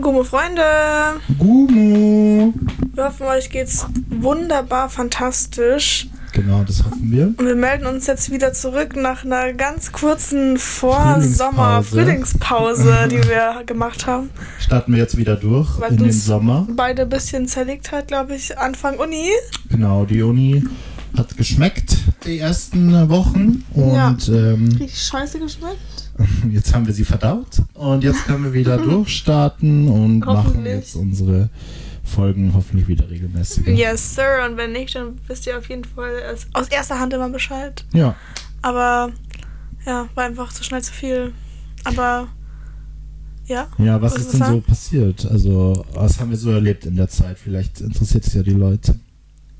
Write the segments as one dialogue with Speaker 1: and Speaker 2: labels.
Speaker 1: Gumo Freunde!
Speaker 2: Gumo!
Speaker 1: Wir hoffen, euch geht's wunderbar fantastisch.
Speaker 2: Genau, das hoffen wir.
Speaker 1: Und wir melden uns jetzt wieder zurück nach einer ganz kurzen Vorsommer-Frühlingspause, die wir gemacht haben.
Speaker 2: Starten wir jetzt wieder durch
Speaker 1: Weil
Speaker 2: in den
Speaker 1: du's-
Speaker 2: Sommer.
Speaker 1: Beide ein bisschen zerlegt hat, glaube ich, Anfang Uni.
Speaker 2: Genau, die Uni hat geschmeckt die ersten Wochen und ähm,
Speaker 1: Richtig scheiße geschmeckt.
Speaker 2: jetzt haben wir sie verdaut und jetzt können wir wieder durchstarten und machen
Speaker 1: Hoffentlich.
Speaker 2: jetzt unsere Folgen hoffentlich wieder regelmäßig.
Speaker 1: Yes, Sir. Und wenn nicht, dann wisst ihr auf jeden Fall aus- aus erster Hand immer Bescheid.
Speaker 2: Ja,
Speaker 1: Aber ja, war einfach zu schnell zu viel. Aber ja.
Speaker 2: ja, was ist denn
Speaker 1: das?
Speaker 2: so passiert? Also, was haben wir so erlebt in der Zeit? Vielleicht interessiert es ja die Leute.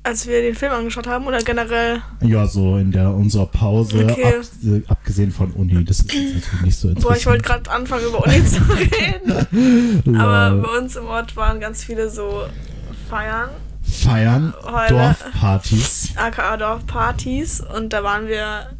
Speaker 1: Als wir den Film angeschaut haben oder generell.
Speaker 2: Ja, so in der unserer Pause,
Speaker 1: Okay.
Speaker 2: ab, äh, abgesehen von Uni, das ist jetzt natürlich nicht so interessant.
Speaker 1: Boah, ich wollte gerade anfangen, über Uni zu reden. Aber
Speaker 2: Lol.
Speaker 1: bei uns im Ort waren ganz viele so Feiern,
Speaker 2: feiern
Speaker 1: Heute-
Speaker 2: Dorfpartys.
Speaker 1: aka Dorfpartys. Und da waren wir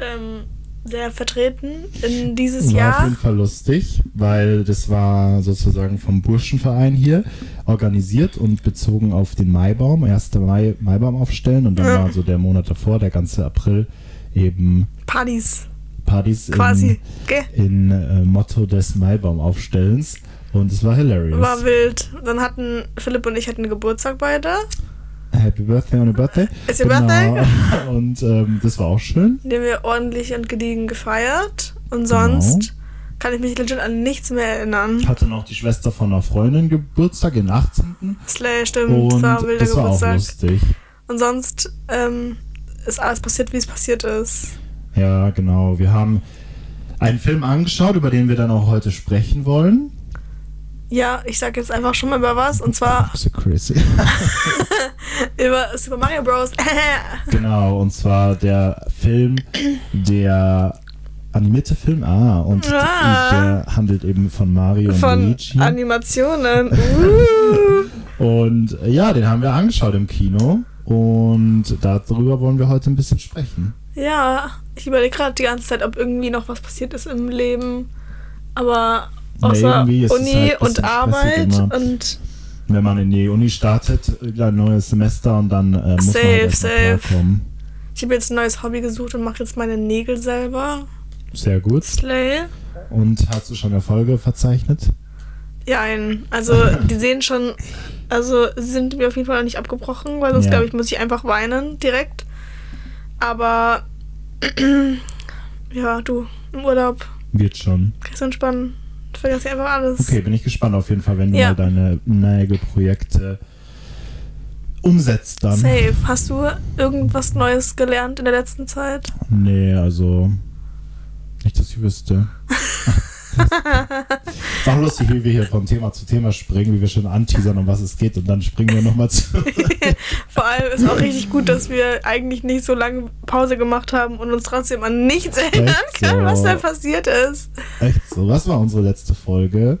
Speaker 1: ähm, sehr vertreten in dieses
Speaker 2: War auf
Speaker 1: Jahr.
Speaker 2: jeden Fall lustig, weil das war sozusagen vom Burschenverein hier organisiert und bezogen auf den Maibaum. Erst der Mai, Maibaum aufstellen und dann
Speaker 1: Ja.
Speaker 2: war so der Monat davor, der ganze April, eben
Speaker 1: Partys,
Speaker 2: Partys
Speaker 1: quasi. Gell?
Speaker 2: in, in äh, Motto des Maibaumaufstellens. Und es war hilarious.
Speaker 1: War wild. Dann hatten Philipp und ich hatten Geburtstag beide.
Speaker 2: Happy Birthday on your Birthday.
Speaker 1: It's your birthday.
Speaker 2: Und ähm, das war auch schön.
Speaker 1: den wir ordentlich und gediegen gefeiert. Und
Speaker 2: Genau.
Speaker 1: sonst kann ich mich legit an nichts mehr erinnern.
Speaker 2: Hatte noch die Schwester von einer Freundin Geburtstag, den 18.
Speaker 1: Slay, stimmt,
Speaker 2: Und
Speaker 1: das war ein wilder
Speaker 2: das war auch
Speaker 1: Geburtstag.
Speaker 2: lustig.
Speaker 1: Und sonst ähm, ist alles passiert, wie es passiert ist.
Speaker 2: Ja, genau. Wir haben einen Film angeschaut, über den wir dann auch heute sprechen wollen.
Speaker 1: Ja, ich sag jetzt einfach schon mal über was. Und zwar
Speaker 2: So crazy.
Speaker 1: über Super Mario Bros.
Speaker 2: genau, und zwar der Film, der animierte Film, ah, und
Speaker 1: Ah.
Speaker 2: der handelt eben von Mario und
Speaker 1: Von
Speaker 2: Luigi.
Speaker 1: Animationen. Uh.
Speaker 2: Und äh, ja, den haben wir angeschaut im Kino. Und darüber wollen wir heute ein bisschen sprechen.
Speaker 1: Ja, ich überlege gerade die ganze Zeit, ob irgendwie noch was passiert ist im Leben. Aber
Speaker 2: Nee,
Speaker 1: außer
Speaker 2: irgendwie ist es
Speaker 1: Uni
Speaker 2: halt ein bisschen
Speaker 1: und
Speaker 2: stressig
Speaker 1: Arbeit
Speaker 2: immer.
Speaker 1: und
Speaker 2: Wenn man in die Uni startet, äh, ein neues Semester und dann äh, muss man
Speaker 1: Safe,
Speaker 2: halt erst mal
Speaker 1: safe.
Speaker 2: klarkommen.
Speaker 1: Ich habe jetzt ein neues Hobby gesucht und mache jetzt meine Nägel selber.
Speaker 2: Sehr gut.
Speaker 1: Slay.
Speaker 2: Und hast du schon Erfolge verzeichnet?
Speaker 1: Ja, ein. Also die sehen schon, also sie sind mir auf jeden Fall noch nicht abgebrochen, weil sonst
Speaker 2: Ja.
Speaker 1: glaube ich, muss ich einfach weinen direkt. Aber ja, du, im Urlaub
Speaker 2: Wird schon.
Speaker 1: kannst du entspannen. Du vergisst einfach alles.
Speaker 2: Okay, bin ich gespannt auf jeden Fall, wenn du
Speaker 1: Ja.
Speaker 2: mal deine Nägelprojekte umsetzt dann.
Speaker 1: Safe. Hast du irgendwas Neues gelernt in der letzten Zeit?
Speaker 2: Nee, also nicht, dass ich wüsste. ist auch lustig, wie wir hier von Thema zu Thema springen, wie wir schon anteasern, um was es geht und dann springen wir nochmal zu.
Speaker 1: Vor allem ist auch richtig gut, dass wir eigentlich nicht so lange Pause gemacht haben und uns trotzdem an nichts erinnern
Speaker 2: so.
Speaker 1: können, was da passiert ist.
Speaker 2: Echt so, was war unsere letzte Folge?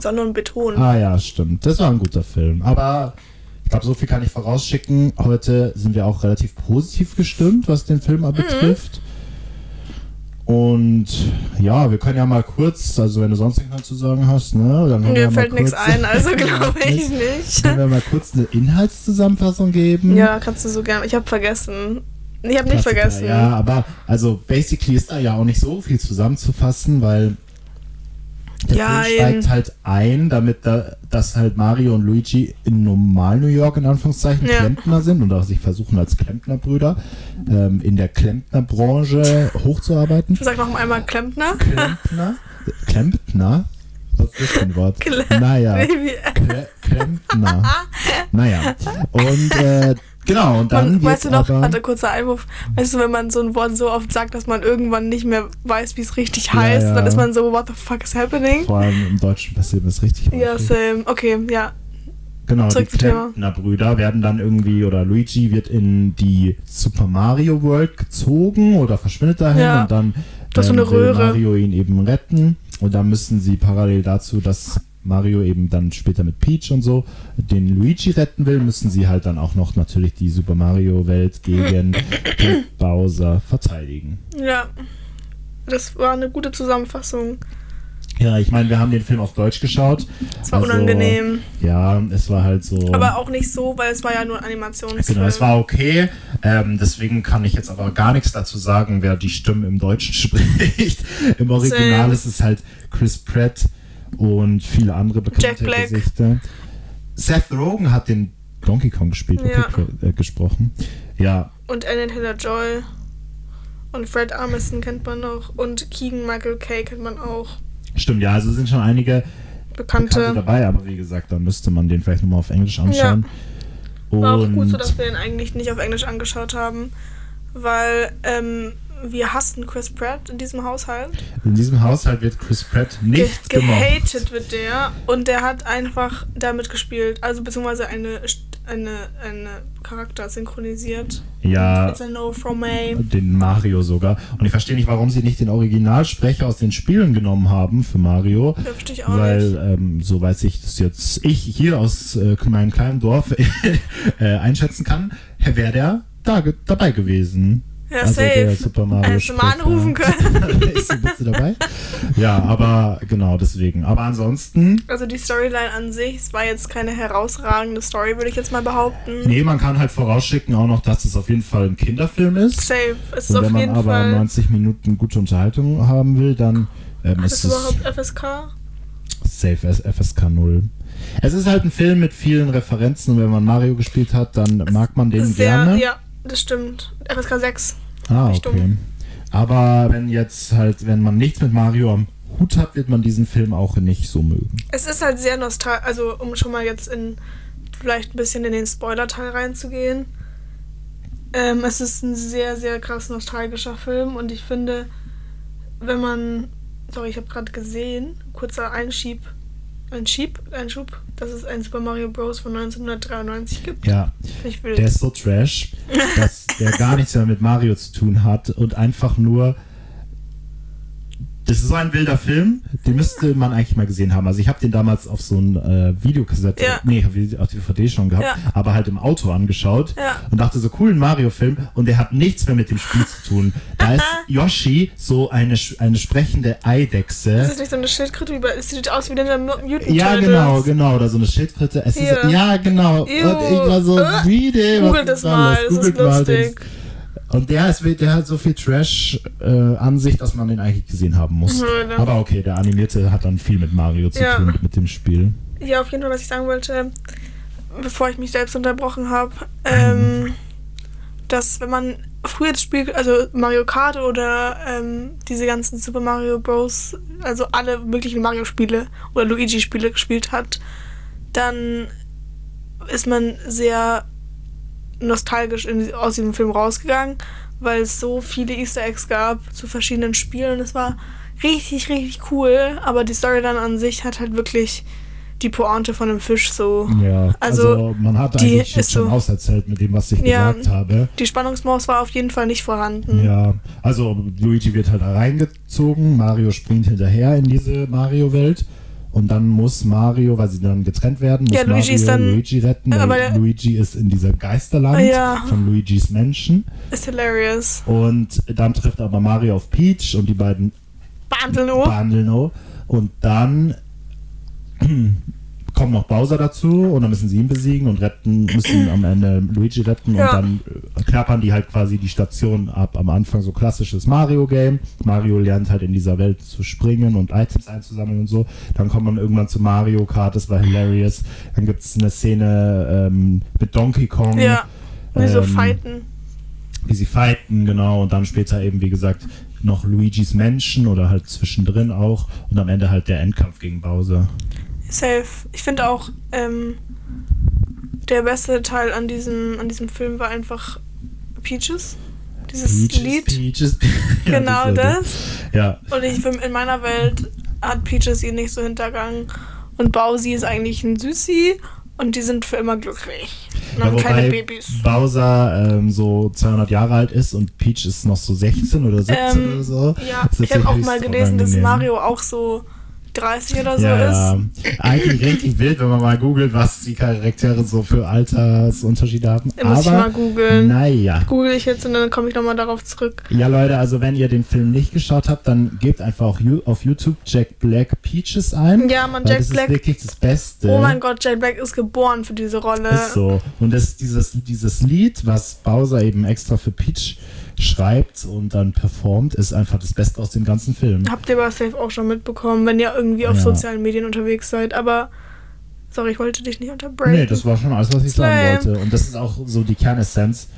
Speaker 1: Sondern Beton.
Speaker 2: Ah ja, stimmt. Das war ein guter Film. Aber ich glaube, so viel kann ich vorausschicken. Heute sind wir auch relativ positiv gestimmt, was den
Speaker 1: Mhm.
Speaker 2: Film betrifft. Und ja, wir können ja mal kurz, also wenn du sonst nichts mehr zu sagen hast, ne? Dann können wir
Speaker 1: Mir
Speaker 2: ja mal
Speaker 1: fällt nichts
Speaker 2: kurz-
Speaker 1: ein, also glaube ich nicht.
Speaker 2: Können wir mal kurz eine Inhaltszusammenfassung geben?
Speaker 1: Ja, kannst du so gerne. Ich habe vergessen. Ich habe nicht
Speaker 2: Mhm. Klassiker,
Speaker 1: vergessen.
Speaker 2: Ja, aber also basically ist da ja auch nicht so viel zusammenzufassen, weil der
Speaker 1: Ja,
Speaker 2: Film
Speaker 1: eben.
Speaker 2: steigt halt ein, damit da, dass halt Mario und Luigi in normal New York in Anführungszeichen
Speaker 1: Ja.
Speaker 2: Klempner sind und auch sich versuchen als Klempnerbrüder ähm, in der Klempnerbranche hochzuarbeiten.
Speaker 1: Sag noch einmal Klempner.
Speaker 2: Klempner? Klempner? Was ist das für ein Wort?
Speaker 1: Klem-
Speaker 2: naja.
Speaker 1: Baby.
Speaker 2: Kle Klempner. naja. Und äh, genau, und dann
Speaker 1: Man,
Speaker 2: wird
Speaker 1: weißt du noch,
Speaker 2: aber,
Speaker 1: warte, kurzer Einwurf. Weißt du, wenn man so ein Wort so oft sagt, dass man irgendwann nicht mehr weiß, wie es richtig heißt,
Speaker 2: ja.
Speaker 1: dann ist man so, what the fuck is happening?
Speaker 2: vor allem im Deutschen passiert das richtig
Speaker 1: Ja,
Speaker 2: häufig.
Speaker 1: same. Okay, ja.
Speaker 2: Genau, die
Speaker 1: Zurück zum Thema.
Speaker 2: Klempnerbrüder werden dann irgendwie, oder Luigi wird in die Super Mario World gezogen oder verschwindet dahin
Speaker 1: Ja.
Speaker 2: und dann ähm,
Speaker 1: Das ist so eine
Speaker 2: will
Speaker 1: Röhre.
Speaker 2: Mario ihn eben retten. Und dann müssen sie parallel dazu, dass Mario eben dann später mit Peach und so den Luigi retten will, müssen sie halt dann auch noch natürlich die Super Mario Welt gegen den Bowser verteidigen.
Speaker 1: Ja. Das war eine gute Zusammenfassung.
Speaker 2: Ja, ich meine, wir haben den Film auf Deutsch geschaut. Also,
Speaker 1: Es war unangenehm.
Speaker 2: Ja, es war halt so.
Speaker 1: Aber auch nicht so, weil es war ja nur ein Animationsfilm.
Speaker 2: Genau, es war okay. Ähm, deswegen kann ich jetzt aber gar nichts dazu sagen, wer die Stimme im Deutschen spricht. Im Original
Speaker 1: Same.
Speaker 2: ist es halt Chris Pratt und viele andere
Speaker 1: Jack
Speaker 2: bekannte
Speaker 1: Black.
Speaker 2: Gesichter. Seth Rogen hat den Donkey Kong gespielt, okay,
Speaker 1: Ja.
Speaker 2: Chris- äh, gesprochen. Ja,
Speaker 1: Und Ellen Taylor-Joy. Und Fred Armisen kennt man noch. Und Keegan Michael Kay kennt man auch.
Speaker 2: stimmt, ja, also sind schon einige Bekannte
Speaker 1: Bekannte.
Speaker 2: dabei, aber wie gesagt, dann müsste man den vielleicht nochmal auf Englisch anschauen.
Speaker 1: War auch
Speaker 2: Und
Speaker 1: gut so, dass wir ihn eigentlich nicht auf Englisch angeschaut haben. Weil ähm, wir hassen Chris Pratt in diesem Haushalt.
Speaker 2: in diesem Haushalt wird Chris Pratt
Speaker 1: Ge
Speaker 2: nicht gemocht.
Speaker 1: gehatet wird der. Und der hat einfach damit gespielt. Also beziehungsweise eine, St- eine, eine Charakter synchronisiert.
Speaker 2: Ja,
Speaker 1: It's a no from May.
Speaker 2: den Mario sogar. Und ich verstehe nicht, warum sie nicht den Originalsprecher aus den Spielen genommen haben für Mario.
Speaker 1: Da verstehe ich auch nicht.
Speaker 2: Weil, ähm, so weiß ich das jetzt, ich hier aus äh, meinem kleinen Dorf äh, einschätzen kann, wäre der da ge dabei gewesen.
Speaker 1: Ja,
Speaker 2: also Der
Speaker 1: safe.
Speaker 2: Super Mario
Speaker 1: Hättest du mal
Speaker 2: Sprecher.
Speaker 1: anrufen können.
Speaker 2: ist ein bisschen dabei. Ja, aber genau deswegen. Aber ansonsten,
Speaker 1: Also die Storyline an sich, es war jetzt keine herausragende Story, würde ich jetzt mal behaupten.
Speaker 2: nee, man kann halt vorausschicken auch noch, dass es auf jeden Fall ein Kinderfilm ist.
Speaker 1: Safe. Es ist
Speaker 2: Und
Speaker 1: auf
Speaker 2: wenn man
Speaker 1: jeden
Speaker 2: aber
Speaker 1: Fall.
Speaker 2: 90 Minuten gute Unterhaltung haben will, dann ähm,
Speaker 1: Ist
Speaker 2: ist
Speaker 1: das
Speaker 2: es
Speaker 1: überhaupt FSK?
Speaker 2: safe as FSK 0. Es ist halt ein Film mit vielen Referenzen und wenn man Mario gespielt hat, dann mag man den
Speaker 1: Sehr,
Speaker 2: gerne.
Speaker 1: ja, das stimmt. FSK 6.
Speaker 2: ah,
Speaker 1: nicht
Speaker 2: okay.
Speaker 1: dumm.
Speaker 2: Aber wenn jetzt halt, wenn man nichts mit Mario am Hut hat, wird man diesen Film auch nicht so mögen.
Speaker 1: Es ist halt sehr nostalgisch, also um schon mal jetzt in vielleicht ein bisschen in den Spoiler-Teil reinzugehen. Ähm, es ist ein sehr, sehr krass nostalgischer Film und ich finde, wenn man. Sorry, ich habe gerade gesehen, kurzer Einschieb. Ein Schieb, ein Schub, dass es ein Super Mario Bros. von 1993 gibt.
Speaker 2: Ja,
Speaker 1: Ich will.
Speaker 2: der ist so trash, dass der gar nichts mehr mit Mario zu tun hat und einfach nur. Das ist so ein wilder Film, den müsste man eigentlich mal gesehen haben. Also ich habe den damals auf so ein äh, Videokassette,
Speaker 1: Ja.
Speaker 2: nee, auf Vide- auf DVD schon gehabt,
Speaker 1: Ja.
Speaker 2: aber halt im Auto angeschaut
Speaker 1: Ja.
Speaker 2: und dachte so cool, ein Mario-Film und der hat nichts mehr mit dem Spiel zu tun. Da ist Yoshi so eine, sch- eine sprechende Eidechse.
Speaker 1: Ist das nicht so eine Schildkröte? wie bei- Es sieht aus wie in der Mutant
Speaker 2: Ja,
Speaker 1: Turtles.
Speaker 2: genau, genau. Oder so eine Schildkröte. Es ist,
Speaker 1: Hier.
Speaker 2: ja, genau. Und ich
Speaker 1: Ew.
Speaker 2: war so
Speaker 1: Äh,
Speaker 2: müde. was
Speaker 1: Googelt
Speaker 2: ist
Speaker 1: das
Speaker 2: da
Speaker 1: mal,
Speaker 2: los?
Speaker 1: es ist
Speaker 2: Googelt mal den-
Speaker 1: lustig.
Speaker 2: Und der, ist, der hat so viel Trash-Ansicht, dass man den eigentlich gesehen haben muss.
Speaker 1: Mhm, ja.
Speaker 2: Aber okay, der Animierte hat dann viel mit Mario zu
Speaker 1: Ja.
Speaker 2: tun, mit dem Spiel.
Speaker 1: Ja, auf jeden Fall, was ich sagen wollte, bevor ich mich selbst unterbrochen habe, ähm, dass wenn man früher das Spiel, also Mario Kart oder ähm, diese ganzen Super Mario Bros., also alle möglichen Mario-Spiele oder Luigi-Spiele gespielt hat, dann ist man sehr nostalgisch in, aus diesem Film rausgegangen, weil es so viele Easter Eggs gab zu verschiedenen Spielen und es war richtig, richtig cool, aber die Story dann an sich hat halt wirklich die Pointe von einem Fisch so.
Speaker 2: Ja, also,
Speaker 1: Also,
Speaker 2: man hat
Speaker 1: die
Speaker 2: eigentlich jetzt
Speaker 1: ist so-
Speaker 2: schon auserzählt mit dem, was ich
Speaker 1: Ja.
Speaker 2: gesagt habe.
Speaker 1: Die Spannungsmaus war auf jeden Fall nicht vorhanden.
Speaker 2: Ja, also Luigi wird halt da reingezogen, Mario springt hinterher in diese Mario-Welt und dann muss Mario, weil sie dann getrennt werden, muss
Speaker 1: Ja, Luigi
Speaker 2: Mario
Speaker 1: ist dann-
Speaker 2: Luigi retten,
Speaker 1: Ja,
Speaker 2: weil
Speaker 1: aber der-
Speaker 2: Luigi ist in dieser Geisterland
Speaker 1: Ja.
Speaker 2: von Luigis Menschen
Speaker 1: Ist hilarious.
Speaker 2: und dann trifft aber Mario auf Peach und die beiden
Speaker 1: Bandeln oh.
Speaker 2: behandeln auch und dann kommt noch Bowser dazu und dann müssen sie ihn besiegen und retten, müssen am Ende Luigi retten
Speaker 1: Ja.
Speaker 2: und dann äh, klappern die halt quasi die Station ab. Am Anfang so klassisches Mario-Game. Mario lernt halt in dieser Welt zu springen und Items einzusammeln und so. Dann kommt man irgendwann zu Mario Kart, das war hilarious. Dann gibt es eine Szene ähm, mit Donkey Kong
Speaker 1: Ja. Wie so
Speaker 2: Ähm,
Speaker 1: fighten.
Speaker 2: wie sie fighten, genau, und dann später eben, wie gesagt, noch Luigis Menschen oder halt zwischendrin auch und am Ende halt der Endkampf gegen Bowser.
Speaker 1: Safe. Ich finde auch, ähm, der beste Teil an diesem, an diesem Film war einfach Peaches. Dieses Lied.
Speaker 2: Peaches, Peaches. Ja,
Speaker 1: Genau
Speaker 2: war
Speaker 1: das.
Speaker 2: Ja,
Speaker 1: Und ich find, in meiner Welt hat Peaches ihn nicht so hintergangen. Und Bowsy ist eigentlich ein Süßi. Und die sind für immer glücklich. Und
Speaker 2: ja
Speaker 1: haben keine
Speaker 2: wobei
Speaker 1: Babys.
Speaker 2: Bowser ähm, so 200 Jahre alt ist und Peach ist noch so 16 oder 17
Speaker 1: Ähm,
Speaker 2: oder so.
Speaker 1: Ja,
Speaker 2: Das ist
Speaker 1: ich habe auch
Speaker 2: höchst
Speaker 1: mal gelesen, dass
Speaker 2: unangenehm.
Speaker 1: Mario auch so 30 oder so
Speaker 2: ja,
Speaker 1: ist.
Speaker 2: ja. Eigentlich richtig wild, wenn man mal googelt, was die Charaktere so für Altersunterschiede haben.
Speaker 1: Da muss ich mal
Speaker 2: Aber
Speaker 1: googeln.
Speaker 2: naja.
Speaker 1: Google ich jetzt und dann komme ich nochmal darauf zurück.
Speaker 2: Ja, Leute, also wenn ihr den Film nicht geschaut habt, dann gebt einfach auch Ju- auf YouTube Jack Black Peaches ein.
Speaker 1: Ja, Mann,
Speaker 2: weil
Speaker 1: Jack
Speaker 2: das
Speaker 1: Black-
Speaker 2: ist wirklich das Beste.
Speaker 1: Oh mein Gott, Jack Black ist geboren für diese Rolle.
Speaker 2: Ist so. Und das, dieses, dieses Lied, was Bowser eben extra für Peach schreibt und dann performt, ist einfach das Beste aus dem ganzen Film.
Speaker 1: Habt ihr aber safe auch schon mitbekommen, wenn ihr irgendwie auf
Speaker 2: Ja.
Speaker 1: sozialen Medien unterwegs seid. Aber, sorry, ich wollte dich nicht unterbrechen.
Speaker 2: Nee, das war schon alles, was ich
Speaker 1: Slam.
Speaker 2: sagen wollte. Und das ist auch so die Kernessenz,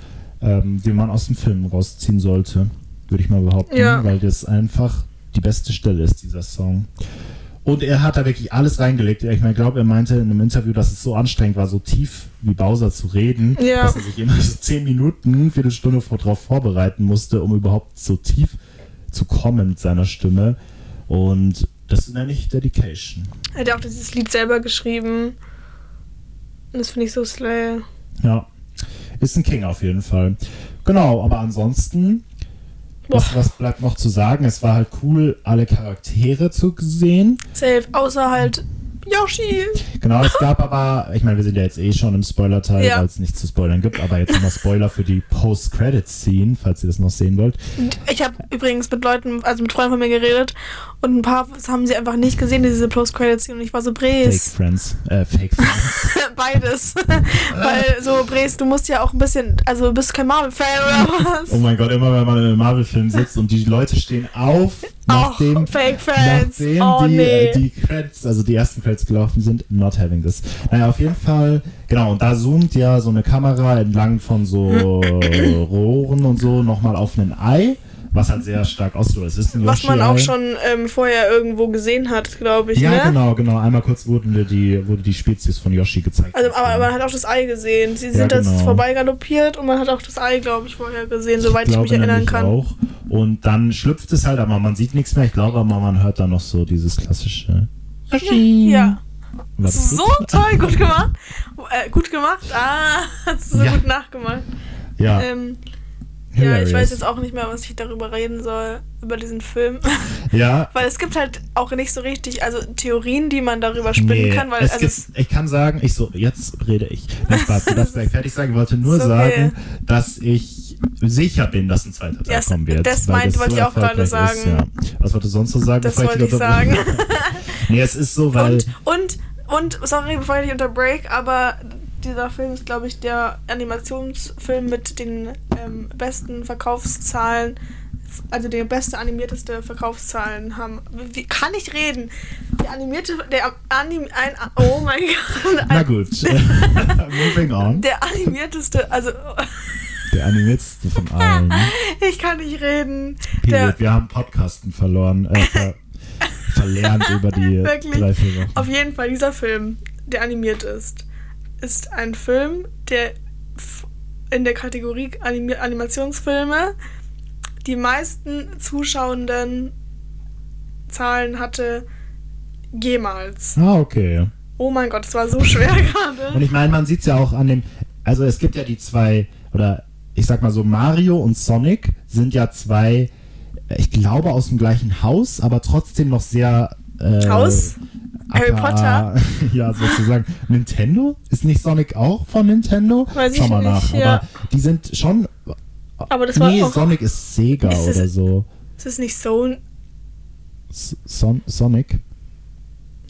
Speaker 2: ähm, die man aus dem Film rausziehen sollte, würde ich mal behaupten,
Speaker 1: Ja.
Speaker 2: weil das einfach die beste Stelle ist, dieser Song. Und er hat da wirklich alles reingelegt. Ich meine, ich glaube, er meinte in einem Interview, dass es so anstrengend war, so tief wie Bowser zu reden,
Speaker 1: Ja.
Speaker 2: dass er sich immer so zehn Minuten, Viertelstunde vor drauf vorbereiten musste, um überhaupt so tief zu kommen mit seiner Stimme. Und das nenne ich Dedication.
Speaker 1: Er hat ja auch dieses Lied selber geschrieben. Und das finde ich so slay.
Speaker 2: Ja. Ist ein King auf jeden Fall. Genau, aber ansonsten,
Speaker 1: Boah,
Speaker 2: was, was bleibt noch zu sagen? Es war halt cool, alle Charaktere zu sehen.
Speaker 1: safe. Außer halt Yoshi.
Speaker 2: Genau, es gab aber, ich meine, wir sind ja jetzt eh schon im Spoiler-Teil,
Speaker 1: Ja.
Speaker 2: weil es nichts zu spoilern gibt, aber jetzt nochmal Spoiler für die Post-Credits-Scene, falls ihr das noch sehen wollt.
Speaker 1: Und Ich habe übrigens mit Leuten, also mit Freunden von mir geredet und ein paar haben sie einfach nicht gesehen, diese Post-Credits-Scene und ich war so,
Speaker 2: Fake
Speaker 1: Bres,
Speaker 2: Friends, äh, Fake Friends.
Speaker 1: beides. Weil so, Bres, du musst ja auch ein bisschen, also bist kein Marvel-Fan oder was?
Speaker 2: Oh mein Gott, immer wenn man in einem Marvel-Film sitzt und die Leute stehen auf,
Speaker 1: Auch
Speaker 2: nachdem,
Speaker 1: Fake-Fans.
Speaker 2: nachdem
Speaker 1: Oh
Speaker 2: die,
Speaker 1: nee.
Speaker 2: äh, die Credits, also die ersten Credits gelaufen sind, not having this. Naja, auf jeden Fall, genau, und da zoomt ja so eine Kamera entlang von so Rohren und so nochmal auf einen Ei, was halt sehr stark aussieht. Es ist ein
Speaker 1: was man
Speaker 2: Yoshi-Ei.
Speaker 1: auch schon ähm, vorher irgendwo gesehen hat, glaube ich,
Speaker 2: Ja,
Speaker 1: ne?
Speaker 2: genau, genau. Einmal kurz wurde die, wurde die Spezies von Yoshi gezeigt.
Speaker 1: Also, aber aber man hat auch das Ei gesehen. Sie sind
Speaker 2: Ja,
Speaker 1: das
Speaker 2: genau.
Speaker 1: vorbeigaloppiert und man hat auch das Ei, glaube ich, vorher gesehen, soweit ich,
Speaker 2: glaube
Speaker 1: mich erinnern
Speaker 2: nämlich
Speaker 1: kann.
Speaker 2: Auch. Und dann schlüpft es halt, aber man sieht nichts mehr. Ich glaube, aber man hört dann noch so dieses klassische.
Speaker 1: Mhm. Ja.
Speaker 2: War das
Speaker 1: So
Speaker 2: gut?
Speaker 1: toll, gut gemacht. Äh, gut gemacht. Ah, hast du so
Speaker 2: Ja.
Speaker 1: gut nachgemacht.
Speaker 2: Ja,
Speaker 1: Ähm, ja, ich weiß
Speaker 2: hilarious.
Speaker 1: jetzt auch nicht mehr, was ich darüber reden soll, über diesen Film.
Speaker 2: Ja,
Speaker 1: weil es gibt halt auch nicht so richtig, also Theorien, die man darüber spinnen
Speaker 2: nee,
Speaker 1: kann, weil
Speaker 2: es
Speaker 1: also es-
Speaker 2: gibt, ich kann sagen, ich so, jetzt rede ich. Nee, Spaß, du darfst gleich fertig sagen. Ich wollte nur
Speaker 1: Ist okay.
Speaker 2: sagen, dass ich sicher bin, dass ein zweiter Teil
Speaker 1: Ja,
Speaker 2: kommen wird.
Speaker 1: das
Speaker 2: weil
Speaker 1: meinte- wollte ich auch gerade
Speaker 2: erfolgreich
Speaker 1: sagen.
Speaker 2: Ist, ja. Was wolltest du sonst noch sagen?
Speaker 1: Das
Speaker 2: bevor
Speaker 1: wollte
Speaker 2: dich
Speaker 1: ich sagen.
Speaker 2: unterbrochen habe? nee, es ist so, weil.
Speaker 1: Und, und, und, sorry, bevor ich dich unterbreak, aber dieser Film ist, glaube ich, der Animationsfilm mit den ähm, besten Verkaufszahlen, also der beste animierteste Verkaufszahlen haben. Wie, wie kann ich reden? Der animierte, der anim, ein, oh mein Gott,
Speaker 2: na
Speaker 1: ein,
Speaker 2: gut, moving on.
Speaker 1: der animierteste, also
Speaker 2: Der animierteste von allen.
Speaker 1: ich kann nicht reden. Der,
Speaker 2: Period. Wir haben Podcasten verloren, äh, ver verlernt über die
Speaker 1: Wirklich?
Speaker 2: drei, vier Wochen.
Speaker 1: Auf jeden Fall, dieser Film, der animiert ist, ist ein Film, der f- in der Kategorie Animi Animationsfilme die meisten zuschauenden Zahlen hatte jemals.
Speaker 2: Ah, okay.
Speaker 1: Oh mein Gott, es war so schwer
Speaker 2: Und
Speaker 1: gerade.
Speaker 2: ich meine, man sieht es ja auch an dem, also es gibt ja die zwei, oder ich sag mal so, Mario und Sonic sind ja zwei, äh, ich glaube aus dem gleichen Haus, aber trotzdem noch sehr... Äh,
Speaker 1: Haus? Harry
Speaker 2: aka
Speaker 1: Potter?
Speaker 2: Ja, sozusagen. Nintendo? Ist nicht Sonic auch von Nintendo?
Speaker 1: Weiß ich
Speaker 2: Schau mal
Speaker 1: nicht,
Speaker 2: nach.
Speaker 1: ja.
Speaker 2: Aber die sind schon...
Speaker 1: Aber das war
Speaker 2: nee,
Speaker 1: auch.
Speaker 2: Sonic ist Sega
Speaker 1: Ist es-
Speaker 2: oder so.
Speaker 1: Ist es nicht so?
Speaker 2: S- Son Sonic?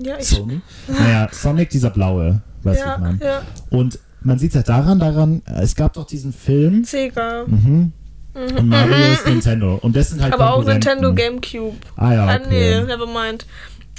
Speaker 1: Ja, ich.
Speaker 2: Sony? Naja, Sonic, dieser blaue, weiß ich
Speaker 1: Ja,
Speaker 2: mein.
Speaker 1: ja.
Speaker 2: Und man sieht es ja daran, daran, äh, es gab doch diesen Film.
Speaker 1: Sega.
Speaker 2: Mhm. Und Mario ist Nintendo. Und das sind halt
Speaker 1: Mhm. Aber auch Nintendo
Speaker 2: Game.
Speaker 1: Gamecube.
Speaker 2: Ah ja,
Speaker 1: Ah nee,
Speaker 2: okay.
Speaker 1: nevermind.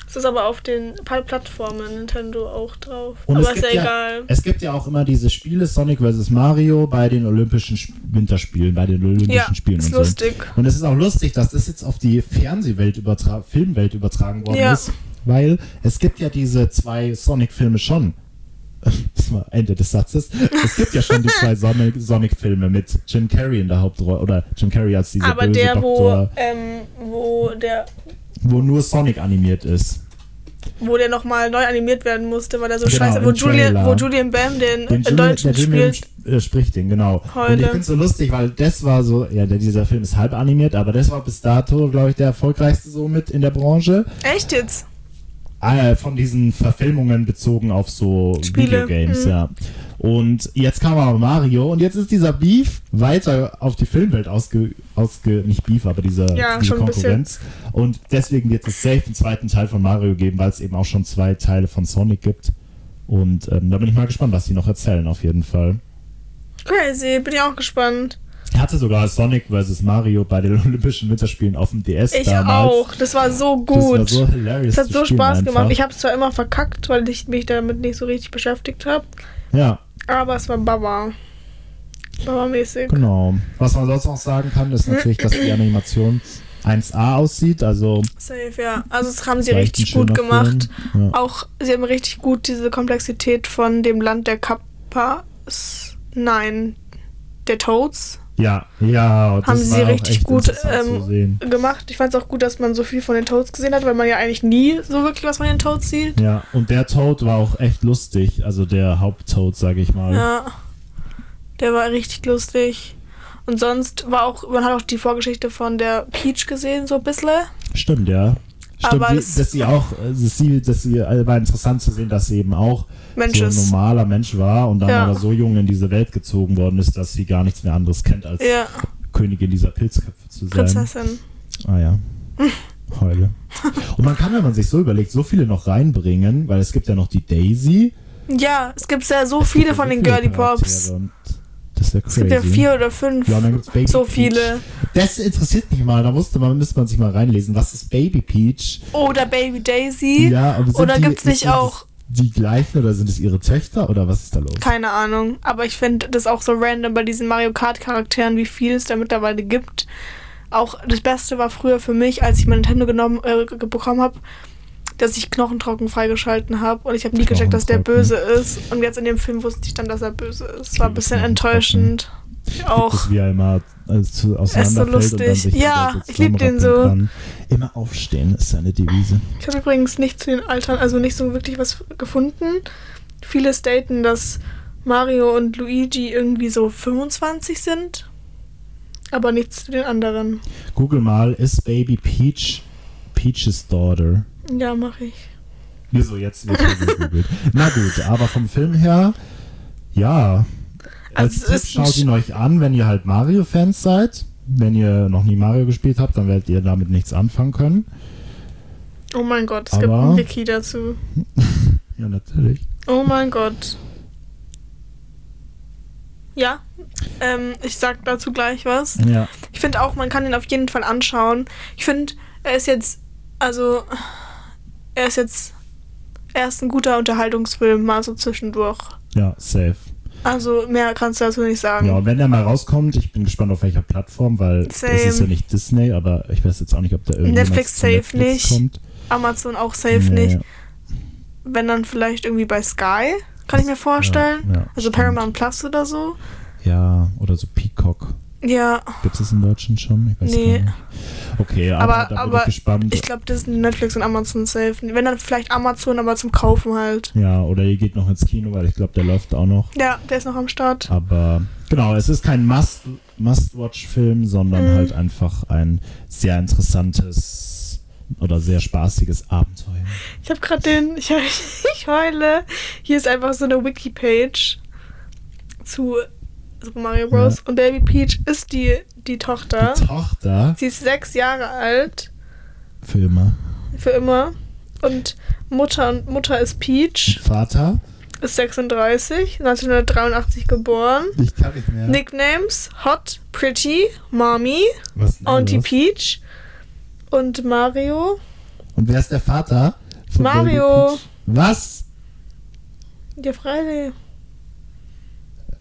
Speaker 1: Es ist aber auf den paar Plattformen Nintendo auch drauf.
Speaker 2: Und
Speaker 1: aber
Speaker 2: es
Speaker 1: ist ja
Speaker 2: gibt ja,
Speaker 1: egal.
Speaker 2: es gibt ja auch immer diese Spiele Sonic vs. Mario bei den Olympischen Sp- Winterspielen, bei den Olympischen
Speaker 1: Ja,
Speaker 2: Spielen
Speaker 1: ist
Speaker 2: und
Speaker 1: lustig.
Speaker 2: so. Und es ist auch lustig, dass das jetzt auf die Fernsehwelt übertra Filmwelt übertragen worden
Speaker 1: Ja.
Speaker 2: ist, weil es gibt ja diese zwei Sonic-Filme schon. Das war Ende des Satzes. Es gibt ja schon die zwei Sonic- Sonic-Filme mit Jim Carrey in der Hauptrolle oder Jim Carrey als dieser
Speaker 1: Aber
Speaker 2: böse
Speaker 1: der, wo,
Speaker 2: Doktor,
Speaker 1: ähm, wo der
Speaker 2: wo, nur Sonic animiert ist.
Speaker 1: wo der nochmal neu animiert werden musste, weil er so
Speaker 2: Genau,
Speaker 1: scheiße, wo
Speaker 2: im
Speaker 1: Julian,
Speaker 2: Trailer.
Speaker 1: wo Julian Bam den,
Speaker 2: Den
Speaker 1: äh,
Speaker 2: Jimmy-
Speaker 1: Deutschen
Speaker 2: der Jimmy
Speaker 1: spielt.
Speaker 2: sp- äh, spricht den, genau. Und
Speaker 1: Heute.
Speaker 2: ich finde es so lustig, weil das war so, ja, der, dieser Film ist halb animiert, aber das war bis dato, glaube ich, der erfolgreichste so mit in der Branche.
Speaker 1: Echt jetzt?
Speaker 2: äh, von diesen Verfilmungen bezogen auf so
Speaker 1: Spiele,
Speaker 2: Videogames,
Speaker 1: mhm.
Speaker 2: ja. Und jetzt kam aber Mario und jetzt ist dieser Beef weiter auf die Filmwelt ausge, ausge nicht Beef, aber dieser
Speaker 1: Ja,
Speaker 2: diese
Speaker 1: schon ein bisschen.
Speaker 2: Konkurrenz. Und deswegen wird es safe einen zweiten Teil von Mario geben, weil es eben auch schon zwei Teile von Sonic gibt. Und ähm, da bin ich mal gespannt, was die noch erzählen, auf jeden Fall.
Speaker 1: Crazy, bin ich auch gespannt.
Speaker 2: Er hatte sogar Sonic vs. Mario bei den Olympischen Winterspielen auf dem DS
Speaker 1: Ich
Speaker 2: damals.
Speaker 1: auch. Das war so
Speaker 2: Das
Speaker 1: gut.
Speaker 2: war so hilarious.
Speaker 1: Es hat
Speaker 2: zu
Speaker 1: so
Speaker 2: spielen
Speaker 1: Spaß
Speaker 2: einfach.
Speaker 1: gemacht. Ich habe es zwar immer verkackt, weil ich mich damit nicht so richtig beschäftigt habe,
Speaker 2: ja,
Speaker 1: aber es war Baba. Baba-mäßig.
Speaker 2: genau. Was man sonst noch sagen kann, ist natürlich, dass die Animation 1A aussieht. Also
Speaker 1: Safe, ja. Also das haben sie
Speaker 2: vielleicht ein
Speaker 1: richtig gut
Speaker 2: schöner
Speaker 1: gemacht.
Speaker 2: Film. Ja.
Speaker 1: Auch sie haben richtig gut diese Komplexität von dem Land der Kappas. Nein, der Toads
Speaker 2: ja, ja. und das
Speaker 1: Haben sie
Speaker 2: war auch
Speaker 1: richtig
Speaker 2: echt
Speaker 1: gut,
Speaker 2: interessant
Speaker 1: ähm,
Speaker 2: zu sehen.
Speaker 1: gemacht. Ich fand es auch gut, dass man so viel von den Toads gesehen hat, weil man ja eigentlich nie so wirklich was von den Toads sieht.
Speaker 2: Ja, und der Toad war auch echt lustig. Also der Haupttoad, sage ich mal.
Speaker 1: Ja. Der war richtig lustig. Und sonst war auch, man hat auch die Vorgeschichte von der Peach gesehen, so ein bisschen.
Speaker 2: Stimmt, ja. Stimmt,
Speaker 1: Aber
Speaker 2: wie-
Speaker 1: es-
Speaker 2: dass sie auch, äh, dass sie, dass sie, äh, war interessant zu sehen, dass sie eben auch
Speaker 1: Mensch
Speaker 2: so ein
Speaker 1: ist.
Speaker 2: normaler Mensch war und dann
Speaker 1: Ja.
Speaker 2: aber so jung in diese Welt gezogen worden ist, dass sie gar nichts mehr anderes kennt, als
Speaker 1: Ja,
Speaker 2: Königin dieser Pilzköpfe zu sein.
Speaker 1: Prinzessin.
Speaker 2: Ah ja. Heule. Und man kann, wenn man sich so überlegt, so viele noch reinbringen, weil es gibt ja noch die Daisy.
Speaker 1: Ja, es gibt ja so viele von den
Speaker 2: So
Speaker 1: Girly
Speaker 2: Charaktere
Speaker 1: Pops.
Speaker 2: und Das wäre
Speaker 1: Es
Speaker 2: crazy.
Speaker 1: gibt ja vier oder fünf.
Speaker 2: Ja, und dann gibt's Baby
Speaker 1: So
Speaker 2: Peach.
Speaker 1: viele.
Speaker 2: Das interessiert mich mal. Da musste man, müsste man sich mal reinlesen. Was ist Baby Peach?
Speaker 1: Oder Baby Daisy.
Speaker 2: Ja, aber sind
Speaker 1: oder
Speaker 2: die-
Speaker 1: gibt's nicht
Speaker 2: sind das
Speaker 1: auch-
Speaker 2: Die gleichen oder sind es ihre Töchter oder was ist da los?
Speaker 1: Keine Ahnung. Aber ich finde das auch so random bei diesen Mario Kart Charakteren, wie viel es da mittlerweile gibt. Auch das Beste war früher für mich, als ich mein Nintendo genommen, äh, ge- bekommen habe, dass ich Knochentrocken freigeschalten habe und ich habe nie gecheckt, dass der böse
Speaker 2: Knochentrocken.
Speaker 1: ist. Und jetzt in dem Film wusste ich dann, dass er böse ist. War ein bisschen
Speaker 2: Knochentrocken.
Speaker 1: enttäschend. Ich Auch.
Speaker 2: Das, wie er immer äh, zu, auseinanderfällt und dann
Speaker 1: lustig.
Speaker 2: sich
Speaker 1: Ja,
Speaker 2: wieder so
Speaker 1: ich lieb den so.
Speaker 2: zusammenrappeln Kann. Immer aufstehen ist seine Devise.
Speaker 1: Ich habe übrigens nicht zu den Altern, also nicht so wirklich was gefunden. Viele staten, dass Mario und Luigi irgendwie so 25 sind, aber nichts zu den anderen.
Speaker 2: Google mal, ist Baby Peach Peach's Daughter?
Speaker 1: Ja, mache ich.
Speaker 2: Wieso jetzt wird hier gegoogelt? Na gut, aber vom Film her, ja. Als
Speaker 1: Also es
Speaker 2: Tipp
Speaker 1: ist ein
Speaker 2: schaut ihn euch an, wenn ihr halt Mario-Fans seid. Wenn ihr noch nie Mario gespielt habt, dann werdet ihr damit nichts anfangen können.
Speaker 1: Oh mein Gott, es gibt
Speaker 2: Aber-
Speaker 1: ein Wiki dazu.
Speaker 2: Ja, natürlich.
Speaker 1: Oh mein Gott. Ja, ähm, ich sag dazu gleich was.
Speaker 2: Ja.
Speaker 1: Ich finde auch, man kann ihn auf jeden Fall anschauen. Ich finde, er ist jetzt, also, er ist jetzt, er ist ein guter Unterhaltungsfilm, mal so zwischendurch.
Speaker 2: Ja, safe.
Speaker 1: Also, mehr kannst du dazu nicht sagen.
Speaker 2: Ja, und wenn der mal rauskommt, ich bin gespannt auf welcher Plattform, weil es
Speaker 1: Same.
Speaker 2: ist ja nicht Disney, aber ich weiß jetzt auch nicht, ob da irgendwie
Speaker 1: Netflix safe nicht.
Speaker 2: kommt.
Speaker 1: Amazon auch safe
Speaker 2: Nee.
Speaker 1: nicht. Wenn dann vielleicht irgendwie bei Sky, kann ich mir vorstellen.
Speaker 2: Ja, ja,
Speaker 1: also
Speaker 2: stimmt.
Speaker 1: Paramount Plus oder so.
Speaker 2: Ja, oder so Peacock.
Speaker 1: Ja,
Speaker 2: Gibt es in Deutschland schon? Ich weiß
Speaker 1: Nee.
Speaker 2: gar nicht. Okay, aber,
Speaker 1: Aber-
Speaker 2: da bin
Speaker 1: aber
Speaker 2: ich gespannt.
Speaker 1: ich glaube, das sind Netflix und Amazon safe. Wenn dann vielleicht Amazon, aber zum Kaufen halt.
Speaker 2: ja, oder ihr geht noch ins Kino, weil ich glaube, der läuft auch noch.
Speaker 1: Ja, der ist noch am Start.
Speaker 2: Aber genau, es ist kein Must- Must-Watch-Film, sondern
Speaker 1: Mhm.
Speaker 2: halt einfach ein sehr interessantes oder sehr spaßiges Abenteuer.
Speaker 1: Ich habe gerade den, ich, ich heule. Hier ist einfach so eine Wiki-Page zu Super Mario Bros. Und Baby Peach ist die, die Tochter.
Speaker 2: Die Tochter
Speaker 1: Sie ist sechs Jahre alt,
Speaker 2: für immer.
Speaker 1: für immer. Und Mutter, und Mutter ist Peach,
Speaker 2: Vater,
Speaker 1: ist 36, 1983 geboren.
Speaker 2: ich kann nicht mehr.
Speaker 1: Nicknames Hot, Pretty, Mommy,
Speaker 2: Was ist denn
Speaker 1: Auntie
Speaker 2: los?
Speaker 1: Peach und Mario.
Speaker 2: Und wer ist der Vater? von Baby
Speaker 1: Mario.
Speaker 2: Peach? Was?
Speaker 1: Ja, Freilich.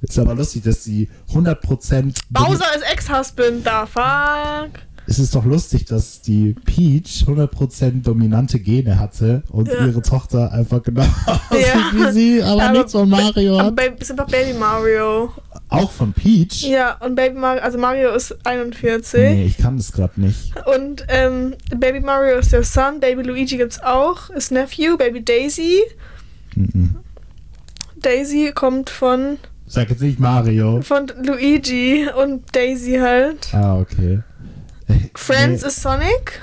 Speaker 2: Ist aber lustig, dass sie 100%
Speaker 1: Bowser ist Ex-Husband, da fuck.
Speaker 2: es ist doch lustig, dass die Peach 100% dominante Gene hatte und
Speaker 1: Ja.
Speaker 2: ihre Tochter einfach genau
Speaker 1: Ja.
Speaker 2: aussieht wie sie, aber,
Speaker 1: Aber-
Speaker 2: nichts von Mario
Speaker 1: Aber
Speaker 2: hat.
Speaker 1: Baby, ist einfach Baby Mario.
Speaker 2: Auch von Peach?
Speaker 1: Ja, und Baby Mario, also Mario ist 41.
Speaker 2: Nee, ich kann das gerade nicht.
Speaker 1: Und ähm, Baby Mario ist der Son, Baby Luigi gibt's auch, ist Nephew, Baby Daisy.
Speaker 2: Mhm.
Speaker 1: Daisy kommt von,
Speaker 2: Sag jetzt nicht Mario.
Speaker 1: von Luigi und Daisy halt.
Speaker 2: Ah, okay. Äh,
Speaker 1: Friends
Speaker 2: Nee,
Speaker 1: ist Sonic,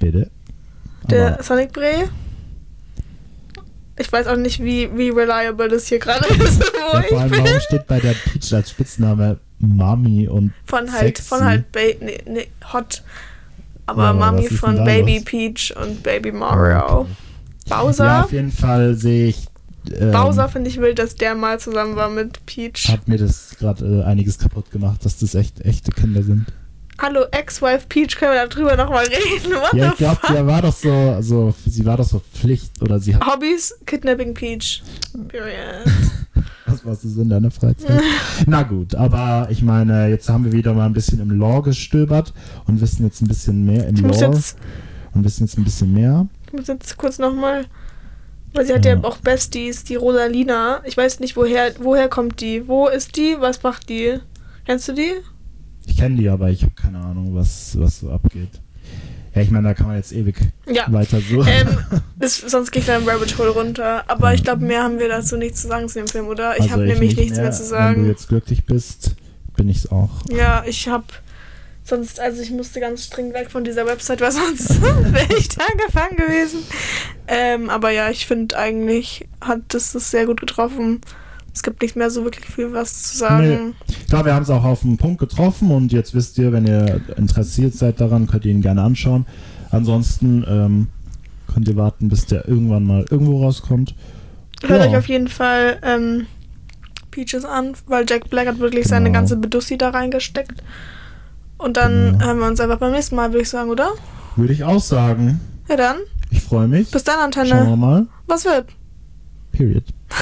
Speaker 2: Bitte?
Speaker 1: der
Speaker 2: Aber
Speaker 1: Sonic Bray. Ich weiß auch nicht, wie, wie reliable das hier gerade ist, wo
Speaker 2: Ja, vor
Speaker 1: Oh, ich
Speaker 2: allem,
Speaker 1: bin.
Speaker 2: warum steht bei der Peach als Spitzname Mami und
Speaker 1: Von halt,
Speaker 2: sexy?
Speaker 1: von halt, ba nee, nee, hot. Aber
Speaker 2: Ja, aber was
Speaker 1: Mami
Speaker 2: ist denn
Speaker 1: von
Speaker 2: da
Speaker 1: Baby
Speaker 2: los? Oh,
Speaker 1: Peach und Baby Mario. Bowser?
Speaker 2: Ja, auf jeden Fall sehe ich. Ähm,
Speaker 1: Bowser finde ich wild, dass der mal zusammen war mit Peach.
Speaker 2: hat mir das gerade äh, einiges kaputt gemacht, dass das echt echte Kinder sind.
Speaker 1: Hallo, Ex-Wife Peach, können wir darüber nochmal reden? What
Speaker 2: Ja, ich
Speaker 1: the
Speaker 2: glaube,
Speaker 1: fuck?
Speaker 2: der war doch so, also sie war doch so Pflicht oder sie hat
Speaker 1: Hobbys? Kidnapping Peach. Period.
Speaker 2: was warst du so in deiner Freizeit. Na gut, aber ich meine, jetzt haben wir wieder mal ein bisschen im Lore gestöbert und wissen jetzt ein bisschen mehr im
Speaker 1: Ich muss
Speaker 2: Lore
Speaker 1: jetzt,
Speaker 2: und wissen jetzt ein bisschen mehr.
Speaker 1: ich muss jetzt kurz nochmal. Weil sie hat ja.
Speaker 2: Ja.
Speaker 1: auch Besties, die Rosalina. Ich weiß nicht, woher, woher kommt die? Wo ist die? Was macht die? Kennst du die?
Speaker 2: Ich kenne die, aber ich habe keine Ahnung, was, was so abgeht. Ja, ich meine, da kann man jetzt ewig
Speaker 1: Ja.
Speaker 2: weiter so.
Speaker 1: Ähm, das, sonst gehe ich dann im Rabbit Hole runter. Aber ich glaube, mehr haben wir dazu nichts zu sagen zu dem Film, oder?
Speaker 2: Also
Speaker 1: Ich habe nämlich nichts mehr, zu
Speaker 2: Wenn du
Speaker 1: sagen.
Speaker 2: jetzt glücklich bist, bin ich's auch.
Speaker 1: Ja, ich habe sonst, also ich musste ganz streng weg von dieser Website, weil sonst wäre ich da gefangen gewesen. Ähm, aber ja, ich finde eigentlich hat das das sehr gut getroffen. Es gibt nicht mehr so wirklich viel was zu sagen.
Speaker 2: Klar, wir haben es auch auf den Punkt getroffen und jetzt wisst ihr, wenn ihr interessiert seid daran, könnt ihr ihn gerne anschauen. Ansonsten ähm, könnt ihr warten, bis der irgendwann mal irgendwo rauskommt.
Speaker 1: Hört
Speaker 2: Ja.
Speaker 1: euch auf jeden Fall ähm, Peaches an, weil Jack Black hat wirklich seine
Speaker 2: Genau.
Speaker 1: ganze Bedussi da reingesteckt. Und dann
Speaker 2: Genau.
Speaker 1: hören wir uns einfach beim nächsten Mal, würde ich sagen, oder?
Speaker 2: Würde ich auch sagen.
Speaker 1: Ja dann,
Speaker 2: Ich freue mich.
Speaker 1: bis dann, ne?
Speaker 2: Schauen wir
Speaker 1: Antenne.
Speaker 2: mal.
Speaker 1: Was wird?
Speaker 2: Period.